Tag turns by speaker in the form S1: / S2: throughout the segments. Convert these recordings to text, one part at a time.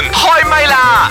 S1: 咪啦！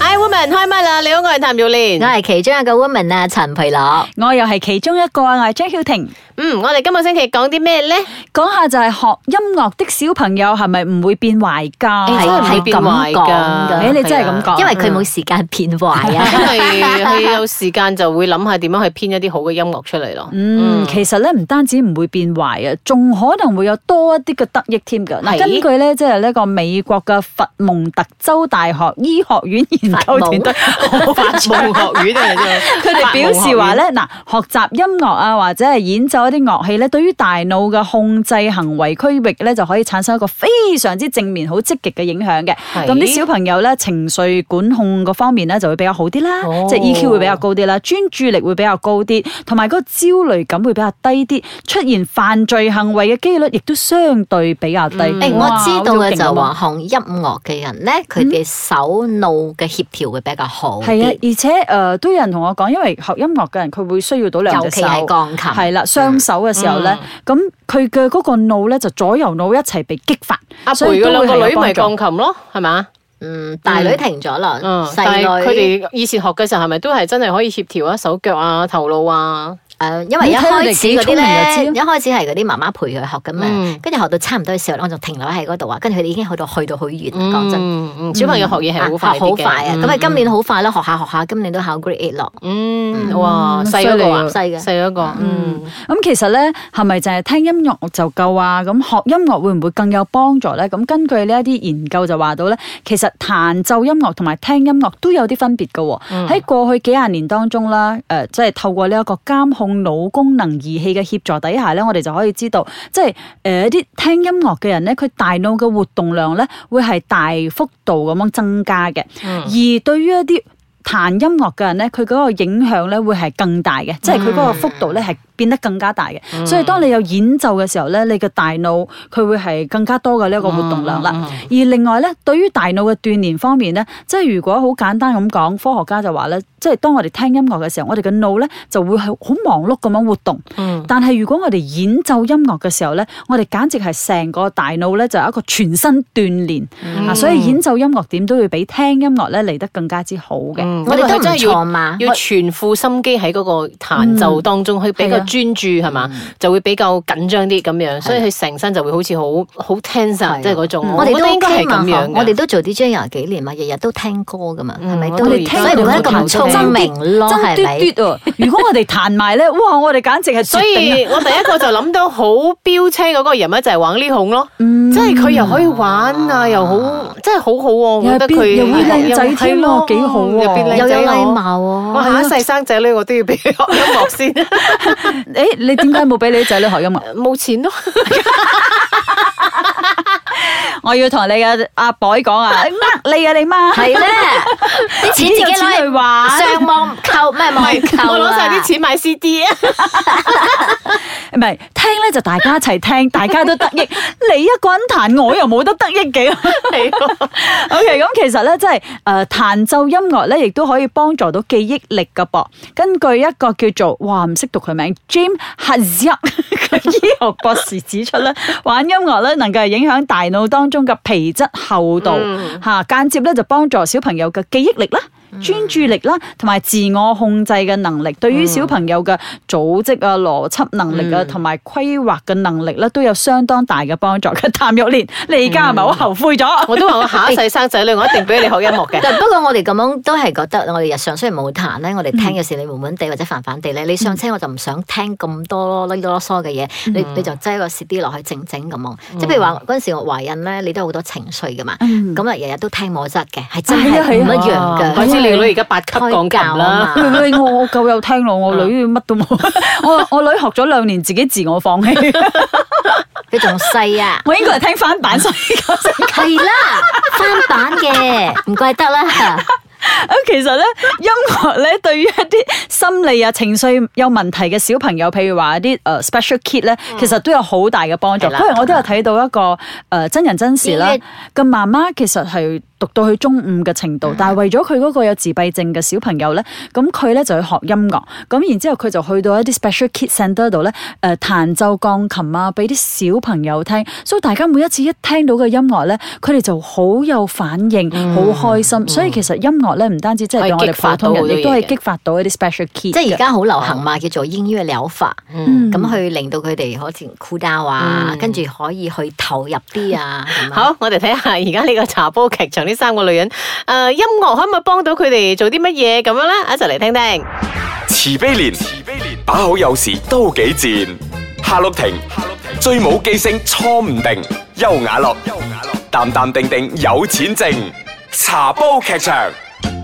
S2: I woman 開唛啦！你好，我係譚耀
S3: 我
S2: 蓮。
S3: 係其中一個 woman 啊，陳培樂。
S2: 哦
S4: 我又係其中一個啊，我係張曉婷。
S2: 嗯，我哋今個星期講啲咩咧？
S4: 講下就係學音樂的小朋友係咪唔會變壞
S3: 誒
S4: 㗎？
S3: 真係唔會
S2: 係
S3: 變壞㗎
S4: 誒你真係咁講
S3: 因為
S2: 嗯
S3: 佢冇時間變壞 啊。
S2: 因為佢有時間就會諗下點樣去編一啲好嘅音樂出嚟咯。
S4: 嗯，其實咧唔單止唔會變壞啊，仲可能會有多一啲嘅得益添㗎。嗱，
S2: 係
S4: 根據咧即係呢個美國嘅佛蒙特州大學醫學院研究 團隊，好
S2: 法夢學院啊，
S4: 佢哋表示話咧，嗱，學習音樂啊，或者係演奏一啲樂器咧，對於大腦嘅控制行為區域咧，就可以產生一個非常之正面、好積極嘅影響嘅。
S2: 係
S4: 咁啲小朋友咧，情緒管控嗰方面咧，就會比較好啲啦，
S2: 哦
S4: 即係 EQ 會比較高啲啦，專注力會比較高啲，同埋嗰個焦慮感會比較低啲，出現犯罪行為嘅機率亦都相對比較低。
S2: 嗯
S3: 誒，我
S4: 哇
S3: 知道嘅就。
S4: 好勁
S3: 話
S4: 喎
S3: 學音樂嘅人咧，佢哋手腦嘅協調會比較
S2: 嗯
S3: 好
S4: 係啊
S3: 啲，，
S4: 而且誒、呃都有人同我講，因為學音樂嘅人佢會需要到兩
S3: 尤
S4: 隻
S3: 其
S4: 手。
S3: 係鋼琴。
S4: 係
S2: 嗯
S4: 啦，雙手嘅時候咧，咁佢嘅嗰個腦咧就左右腦一齊被激發，
S2: 阿培
S4: 所以
S2: 嘅
S4: 都
S2: 兩
S4: 會
S2: 個
S4: 係
S2: 女
S4: 有
S2: 咪
S4: 幫助。
S2: 鋼琴咯，係嘛？
S3: 嗯，大女停咗啦
S2: 嗯，，
S3: 細
S2: 但係佢
S3: 女
S2: 哋以前學嘅時候係咪都係真係可以協調啊手腳啊頭腦啊？
S3: 誒，呃因為一
S4: 你睇佢
S3: 開
S4: 哋
S3: 始
S4: 幾
S3: 嗰啲
S4: 聰
S3: 咧，
S4: 明就
S3: 一開始係嗰啲媽媽陪佢學噶嘛
S2: 嗯，
S3: 跟住學到差唔多嘅時候咧，我就停留喺嗰度啊，跟住佢哋已經去到去到好遠，
S2: Ừ,
S3: 講真。
S2: 嗯，嗯小朋友學嘢係好快
S3: 啊學好
S2: 啲嘅
S3: 快啊！咁啊，今年好快啦，學下學下，今年都考 Grade Eight 咯。
S2: 嗯，哇，細嗰
S4: 犀
S2: 個
S4: 利
S2: 啊
S4: 啊，
S3: 細嘅
S2: 細嗰個，嗯，
S4: 咁其實咧，係咪就係聽音樂就夠啊？咁學音樂會唔會更有幫助咧？咁根據呢一啲研究就話到咧，其實彈奏音樂同埋聽音樂都有啲分別嘅喎。喺、過去幾廿年當中啦，誒、即係透過呢一個監控腦功能儀器嘅協助底下咧，我哋就可以知道，即係誒一啲聽音樂嘅人咧，佢大腦嘅活動量咧會係大幅度咁樣增加嘅。而對於一啲彈音樂嘅人咧，佢嗰個影響咧會係更大嘅，即係佢嗰個幅度咧係變得更加大嘅。所以當你有演奏嘅時候咧，你嘅大腦佢會係更加多嘅呢一個活動量
S2: Ừ,
S4: 啦。而另外咧，對於大腦嘅鍛鍊方面咧，即係如果好簡單咁講，科學家就話咧，即係當我哋聽音樂嘅時候，我哋嘅腦咧就會係好忙碌咁樣活動。
S2: 嗯
S4: 但係如果我哋演奏音樂嘅時候咧，我哋簡直係成個大腦咧就有一個全身鍛鍊、
S2: 嗯
S3: 嗯
S4: 啊！所以演奏音樂點都會比聽音樂咧嚟得更加之好嘅。
S2: 嗯
S3: 我哋都唔
S2: 真係要
S3: 錯啊嘛。
S2: 要全副心機喺嗰個彈奏當中，佢比較專注係
S3: 嗯
S2: 嘛，就會比較緊張啲咁樣，所以佢成身就會好似好好 tense 啊
S3: 係嗯
S2: 即係嗰種。
S3: 我哋
S2: 覺
S3: 都
S2: 得應該係
S3: OK
S2: 咁
S3: 嘛，
S2: 樣嘅
S3: 我哋都做 DJ 廿幾年嘛，日日都聽歌噶嘛，
S2: 嗯
S3: 係咪
S2: 我
S3: 都
S2: 都
S3: 會
S2: 而
S3: 聽？
S2: 家
S3: 所以
S2: 都
S3: 覺得
S2: 會
S3: 咁
S2: 聽
S3: 聰明咯，
S4: 真
S3: 係咪？
S4: 嘟嘟啊！如果我哋彈埋咧，哇！我哋簡直係
S2: 所
S4: 絕頂啊
S2: 以我第一個就諗到好標青嗰個人物就係玩呢孔咯，
S4: 嗯
S2: 即係佢又可以玩啊，又好，真係好好喎。我覺得
S4: 又係
S2: 佢
S4: 邊又會靚仔
S2: 係
S4: 添喎
S2: 咯
S4: 幾好喎
S2: 又變靚仔哦
S3: 又有禮
S2: 咯
S3: 貌啊
S2: 我
S3: 喎。
S2: 下一世生仔女，我都要俾佢學音樂先，啊
S4: 誒，你點解冇俾你仔女學音樂？
S2: 冇錢咯。
S4: 我要同你嘅阿伯講啊，你呃你啊你媽，
S3: 係 咧，啲錢自己
S4: 有錢去
S3: 攞
S4: 玩
S3: 嚟上網購咩
S2: 唔
S3: 網
S2: 係
S3: 購
S2: 我攞晒
S3: 啊
S2: 啲？錢買 CD 啊！
S4: 唔係聽咧就大家一齊聽，大家都得益。你一個人彈，我又冇得得益嘅。
S2: 係喎
S4: OK，咁其實咧，即係誒彈奏音樂咧，亦都可以幫助到記憶力噶噃。根據一個叫做哇唔識讀佢名 Jim Haziak 嘅醫學博士指出咧，玩音樂咧能夠係影響大腦當中嘅皮質厚度嚇，間接咧就幫助小朋友嘅記憶力啦。專注力啦，同埋自我控制嘅能力，對於小朋友嘅組織啊、邏輯能力啊，同埋規劃嘅能力咧，都有相當大嘅幫助嘅。譚玉蓮，你而家係咪好後悔咗？
S2: 我都話我 下一世生仔女，我一定俾你學音樂嘅。
S3: 但不過我哋咁樣都係覺得，我哋日常雖然冇彈咧，我哋聽有時你悶悶地或者煩煩地咧，你上車我就唔想聽咁多囉囉嗦嘅嘢，你你就擠個 CD 落去靜靜咁望。即係譬如話嗰陣時我懷孕咧，你都有好多情緒噶嘛，咁啊日日都聽我質嘅，係真係唔一 樣
S4: 係啊啊
S2: 我
S3: 嘅。
S2: 知你女而家八級鋼琴啦，
S4: 喂喂，我我夠有聽咯，我
S3: 啊
S4: 女乜都冇， 我我女學咗兩年，自己自我放棄，
S3: 佢仲細啊，
S4: 我應該係聽翻版，所以
S3: 係啦，翻版嘅，唔怪得啦。
S4: 咁其實咧，音樂咧對於一啲心理啊、情緒有問題嘅小朋友，譬如話一啲誒 special kid 咧，其實都有好大嘅幫助。
S3: 嗯係啦
S4: 嗰日我都有睇到一個誒真人真事啦
S3: 呢，
S4: 個媽媽其實係讀到佢中五嘅程度，但係為咗佢嗰個有自閉症嘅小朋友咧，咁佢咧就去學音樂，咁然之後佢就去到一啲 special kid centre 度咧，誒彈奏鋼琴啊，俾啲小朋友聽，所以大家每一次一聽到嘅音樂咧，佢哋就好有反應，好開心。所以其實音樂咧唔單止即係對我哋普通人，亦都係激發到一啲 special
S3: 即
S4: kid 嘅。
S3: 係而家好流行嘛，叫做英語療法，
S4: 嗯
S3: 咁去令到佢哋可以 cool down 啊
S2: 嗯，
S3: 跟住可以去投入啲啊，咁啊
S2: 好，我哋睇下而家呢個茶煲劇場呢三個女人，誒、呃音樂可唔可以幫到佢哋做啲乜嘢咁樣咧？一齊嚟聽聽。
S1: 慈悲蓮，慈悲蓮，把好有時都幾賤。夏綠庭，夏綠庭，最冇記性錯唔定。優雅樂，優雅樂，淡淡定定有錢剩。茶煲劇場。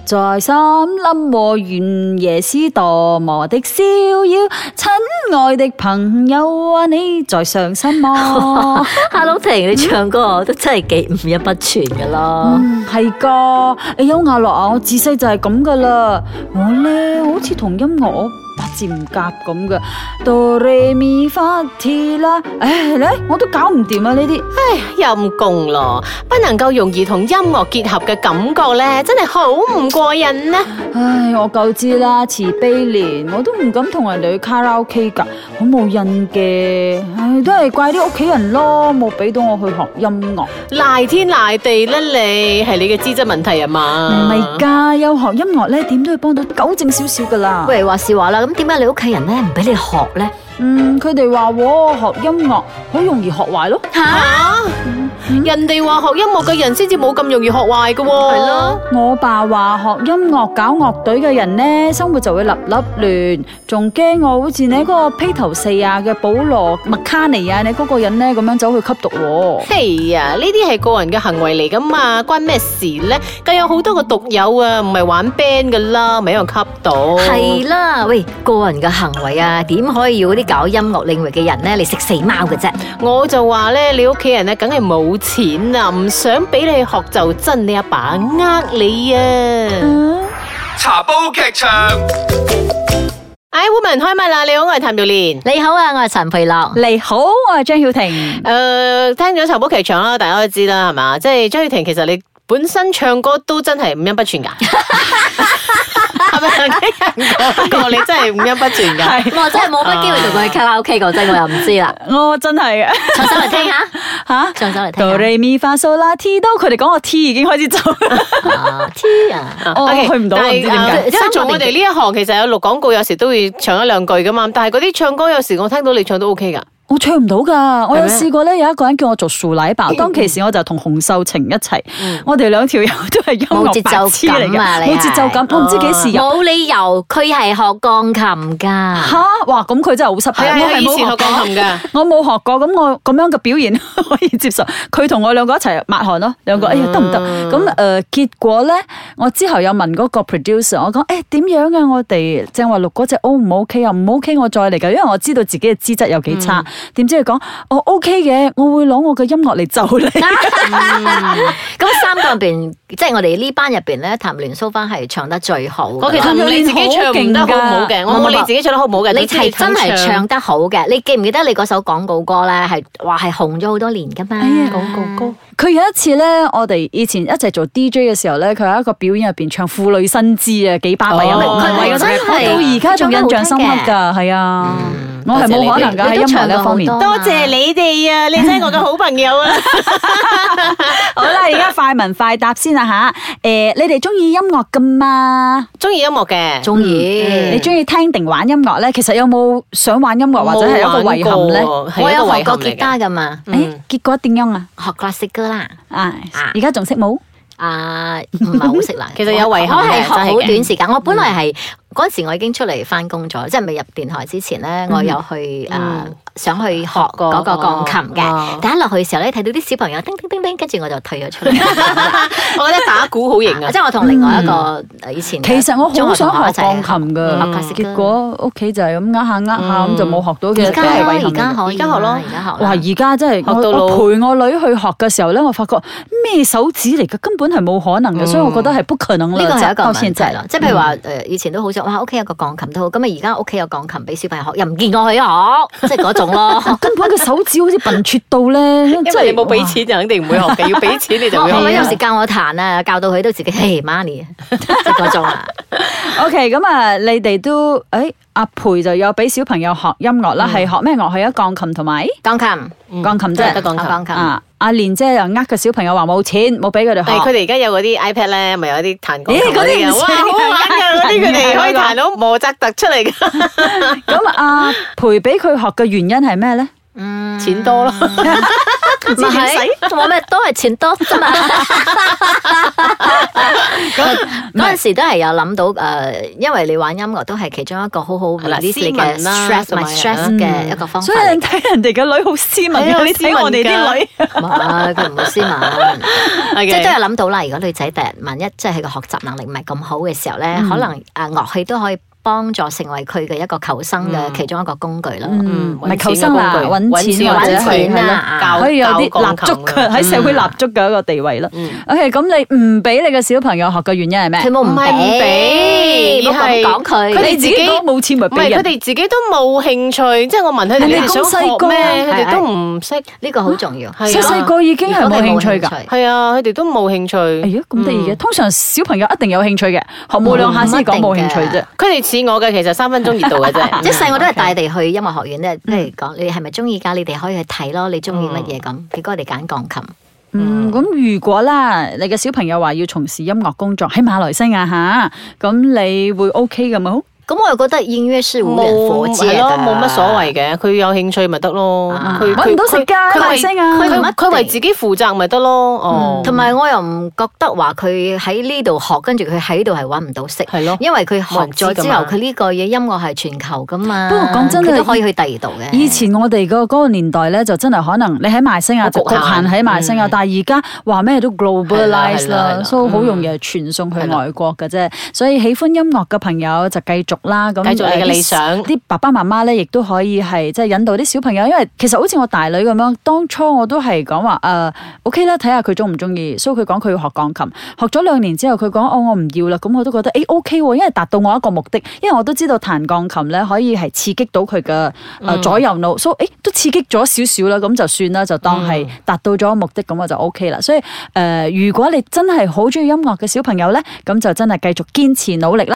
S4: 在森林和原野是多麼的逍遙，親愛的朋友啊，你在上心啊麼？
S3: Hello 婷，你唱歌我都真係幾五音不全噶咯。
S4: 嗯，係噶，誒優雅樂啊，我自細就係咁噶啦。我咧好似同音樂我八字唔夾咁嘅，哆唻咪發提啦，唉咧我都搞唔掂啊呢啲。
S2: 陰公咯，不能夠容易同音樂結合嘅感覺咧，真係好唔過癮呢。
S4: 唉，我夠知啦，慈悲蓮，我都唔敢同人哋去卡拉 OK 㗎，好冇癮嘅。唉，都係怪啲屋企人咯，冇俾到我去學音樂。
S2: 賴天賴地啦，你係你嘅資質問題啊
S4: 唔
S2: 嘛？
S4: 係㗎，有學音樂咧，點都要幫到糾正少少㗎啦。
S3: 喂，話是話啦，咁點解你屋企人咧唔俾你學咧？
S4: 嗯，佢哋話喎，學音樂好容易學壞咯。
S2: 人哋話學音樂嘅人先至冇咁容易學壞嘅喎。係咯，
S4: 我爸話學音樂搞樂隊嘅人呢，生活就會立立亂，仲驚我好似你嗰個披頭四啊嘅保羅麥卡尼啊，你嗰個人呢，咁樣走去吸毒喎。
S2: 嘿呀，呢啲係個人嘅行為嚟噶嘛，關咩事呢？梗有好多個毒友啊，唔係玩 band 噶啦，咪喺度吸到。
S3: 哦係啦，喂，個人嘅行為啊，點可以要嗰啲搞音樂領域嘅人咧嚟食死貓嘅啫？
S2: 我就話咧，你屋企人咧，梗係冇錢啦，唔想俾你學就真，你阿爸呃你啊！
S3: 嗯
S1: 茶煲劇場。
S2: 哎，woman 開唛啦！你好，我係譚妙蓮。
S3: 你好啊，我係陳培 樂。
S4: 你好，我係張曉 婷。
S2: 誒、
S3: 嗯
S2: 呃聽咗陳寶琪唱啦，大家都知啦，係嘛？即係張雨婷，其實你本身唱歌都真係五音不全 㗎，係咪？人講過你真係五音不全㗎。
S3: 我真係冇乜機會同佢去卡拉 OK 講真，我又唔知啦。
S4: 我真係嘅
S3: 唱首嚟聽下，
S4: 吓。
S3: 唱首嚟
S4: 哆
S3: 聽
S4: 唻咪發嗦啦 T 都，佢哋講個 T 已經開始走，
S3: 下。啊，T 啊！
S4: 哦我
S2: OK，
S4: 去唔到，
S2: 但
S4: 我唔
S2: 係
S4: 知點解
S2: 誒。因為做我哋呢一行，其實有錄廣告，有時都會唱一兩句㗎嘛。但係嗰啲唱歌，有時我聽到你唱都 OK 㗎。
S4: 我唱唔到噶，我有試過咧，有一個人叫我做樹奶爸，當其時我就同洪秀晴一齊，我哋兩條友都係音樂白痴嚟
S3: 冇節奏感啊
S4: 嘅，
S3: 你係哦
S4: 冇節奏感，我唔知幾時入
S3: 冇理由，嗯佢係學鋼琴噶。
S4: 吓，哇！咁佢真係好失敗，我係
S2: 啊以
S4: 冇
S2: 前學
S4: 學過，
S2: 鋼琴㗎。
S4: 我冇學過，咁我咁樣嘅表現 可以接受。佢同我兩個一齊抹汗咯，兩個哎呀得唔得？咁誒、呃、結果咧，我之後有問嗰個 producer，我講誒點樣啊？我哋正話錄嗰只 O 唔 OK 啊？唔 OK 我再嚟㗎，因為我知道自己嘅資質有幾差。點、知佢講我 OK 嘅，我會攞我嘅音樂嚟就你。
S3: 咁三個入邊，即係我哋呢班入邊咧，譚聯蘇花係唱得最好㗎。
S2: 我其實唔理自己唱唔得好唔好嘅，我冇理自己唱得好唔好嘅，
S3: 你
S2: 係
S3: 係真係唱得好嘅，你記唔記得你嗰首廣告歌咧？係話係紅咗好多年噶嘛？哎
S4: 哎
S3: 廣告歌
S4: 啊佢有一次咧，我哋以前一齊做 DJ 嘅時候咧，佢喺一個表演入邊唱《婦女新知》啊，幾百位有
S2: 哦
S4: 五位
S3: 佢係
S4: 嗰陣我到而家仲印象深刻㗎，係啊，
S3: 嗯
S4: 我係冇可能㗎喺音樂呢一方面。
S3: 多
S2: 多謝你哋 啊！你真係我嘅好朋友啊！
S4: 好啦，而家快問快答先啦吓，誒，你哋中意音樂㗎嘛？
S2: 中意音樂嘅，
S3: 中意。
S4: 你中意聽定玩音樂咧？其實有冇想玩音樂或者係一個遺憾咧？
S3: 我
S2: 我。
S3: 有學過吉他噶嘛，
S4: 誒，結果點樣啊？
S3: 學 classic 噶啦。
S4: 啊
S3: 啊，
S4: 而家仲識冇？
S3: 啊，唔係好識啦
S2: 其實有遺憾嘅
S3: 我係學
S2: 真係嘅
S3: 好短時間。我本來係嗰陣時，我已經出嚟翻工咗，即係未入電台之前咧，我有去啊
S2: 嗯
S3: 想去學
S2: 學過
S3: 嗰個鋼琴
S2: 哦
S3: 嘅，但一落去嘅時候咧，睇到啲小朋友叮叮叮叮，跟住我就退咗出嚟。
S2: 我覺得打鼓好型啊
S3: 即！係我同另外一個誒以前
S4: 其實我好想學鋼
S3: 琴，
S4: 琴
S3: 嗯
S4: 噶，
S3: 學
S4: 結果屋企就係咁呃下呃下，
S2: 嗯
S4: 咁就冇學到嘅，
S3: 而
S4: 都
S3: 家
S4: 係遺
S3: 咯，而
S4: 憾
S3: 家
S4: 嚟嘅。
S3: 可以，
S2: 而家學咯
S3: 而家學啦。
S4: 哇！而家真係
S2: 學到
S4: 我
S2: 老
S4: 我陪我女去學嘅時候咧，我發覺咩手指嚟嘅，根本係冇可能
S2: 嗯
S4: 嘅，所以我覺得係不可能啦。
S3: 呢個係一個
S4: 到
S3: 問
S4: 現
S3: 題
S4: 在
S3: 咯，即係譬如話誒，以前都好想哇，屋企有個鋼琴都好，咁啊而家屋企有鋼琴俾小朋友學，又唔見我去學，即係嗰種咯。
S4: 根本個手指好似笨拙到咧，
S2: 因
S4: 即
S2: 為
S4: 係
S2: 你冇俾錢就肯定唔會學 嘅，要俾錢你就
S3: 我
S2: 會學
S3: 我
S2: 嘅。
S3: 女有時教我彈啊，教到佢都自己， 嘿媽咪，即係嗰種啊。
S4: O K，咁啊，你哋都誒阿培就有俾小朋友學音樂
S2: 嗯
S4: 啦，係學咩樂器啊？鋼琴同埋
S3: 鋼琴，
S4: 鋼琴
S2: 得鋼
S4: 啫。
S2: 琴
S3: 啊鋼琴。
S4: 啊，阿蓮姐又呃個小朋友話冇錢，冇俾佢哋
S2: 係佢
S4: 學。
S2: 哋而家有嗰啲 iPad 咧，咪有哦啲彈鋼琴
S4: 咦嗰啲
S2: 嘅
S4: 唔使
S2: 哇，好玩 㗎！啊嗰啲佢哋可以彈到莫扎特出嚟嘅，
S4: 咁啊阿培俾佢學嘅原因係咩咧？
S3: 嗯，
S2: 錢多 咯，知
S3: 唔
S2: 點使
S3: 係，冇咩都係錢多啫嘛。嗰陣時都係有諗到誒，因為你玩音樂都係其中一個好好
S2: 係啦
S3: release 你
S2: 斯文
S3: 嘅
S2: 啦
S3: stress
S2: 同埋
S3: stress
S4: 嗯
S3: 嘅一個方法
S4: 所以
S3: 嚟
S4: 你
S3: 嘅。
S4: 睇人哋嘅女好斯文
S2: 係啊
S4: 嘅，你睇我哋
S2: 好斯文
S4: 啲
S2: 㗎
S4: 女。
S3: 唔係，佢唔會斯文。即係都有諗到啦。如果女仔第日萬一即係佢嘅學習能力唔係咁好嘅時候咧，可能誒樂器都可以幫助成為佢嘅一個求生
S2: 嗯
S3: 嘅其中一個工具咯。
S4: 嗯，唔
S2: 揾
S4: 係求
S2: 錢嘅
S4: 生啦，
S2: 工具
S4: 揾錢
S2: 揾
S4: 或者
S2: 錢
S4: 係
S3: 揾錢
S4: 係
S3: 啊
S4: 咯
S2: 教
S4: 可以有
S2: 教
S4: 啲立足
S2: 鋼琴
S4: 嘅
S2: 啊
S4: 喺社會立足嘅一個地位咯。OK，咁你唔俾你嘅小朋友學嘅原因係咩
S3: 佢？冇
S2: 唔係唔俾
S3: 俾，
S2: 而
S3: 冇
S2: 係
S3: 咁講佢。
S2: 佢哋
S4: 你自己
S2: 自己
S4: 講冇錢咪
S2: 唔
S4: 俾
S2: 係佢
S4: 人。
S2: 哋自己都冇興趣，即係我問佢哋
S4: 係
S2: 你
S4: 你
S2: 哋想
S4: 咁
S2: 學
S4: 細個啊
S2: 咩，佢哋
S3: 係
S2: 都唔識。
S3: 呢個好重要。
S2: 係
S4: 細細個已經係冇興趣㗎。
S2: 係啊，佢哋都冇興趣。
S4: 哎呀，咁得意嘅，通常小朋友一定有興趣嘅，學冇兩下先講冇興趣啫。
S2: 佢哋似我嘅，其實三分鐘熱度嘅 啫。
S3: 即係細我都係帶你哋去音樂學院咧，譬如講你係咪中意㗎？你哋可以去睇咯，你中意乜嘢咁？結果你哋揀鋼琴，
S2: 啊
S4: 嗯，咁如果啦，你嘅小朋友話要從事音樂工作喺馬來西亞吓，咁你會 OK 嘅冇？
S3: 咁我又覺得音樂是無人
S2: 冇
S3: 火
S2: 係
S3: 接
S2: 咯，
S3: 㗎
S2: 冇乜所謂嘅，佢有興趣咪得咯。
S3: 啊
S2: 佢
S4: 搵唔到食㗎
S2: 佢
S4: 馬來西亞
S2: 佢
S3: 佢唔一
S2: 佢
S3: 定
S2: 佢為自己負責咪得咯。哦，
S3: 同埋我又唔覺得話佢喺呢度學，跟住佢喺度係揾唔到食，
S2: 係咯
S3: 因為佢學咗
S2: 冇人知
S3: 之
S2: 㗎
S3: 後，
S2: 嘛
S3: 佢呢個嘢音樂係全球噶嘛。
S4: 不過講真啊
S3: 佢都可以去第二度嘅。
S4: 以前我哋個嗰個年代咧，就真係可能你喺馬來西亞就
S2: 好
S4: 局
S2: 局限
S4: 限喺馬來西亞，
S2: 嗯
S4: 但係而家話咩都
S2: 係啦
S4: globalize
S2: 係啦嗯
S4: 啦，所以好容易係傳送去外國嘅啫。所以喜歡音樂嘅朋友就繼續啦，咁
S2: 繼續你嘅理想
S4: 啲爸爸媽媽咧，亦都可以係即係引導啲小朋友，因為其實好似我大女咁樣，當初我都係講話誒 OK 啦，睇下佢中唔中意。所以佢講佢要學鋼琴，學咗兩年之後，佢講哦我唔要啦，咁我都覺得誒 OK 喎，因為達到我一個目的，因為我都知道彈鋼琴咧可以係刺激到佢嘅誒左右腦，所以誒都刺激咗少少啦，咁就算啦，就當係達到咗目的，咁我就 OK 啦。所以誒、呃如果你真係好中意音樂嘅小朋友咧，咁就真係繼續堅持努力啦。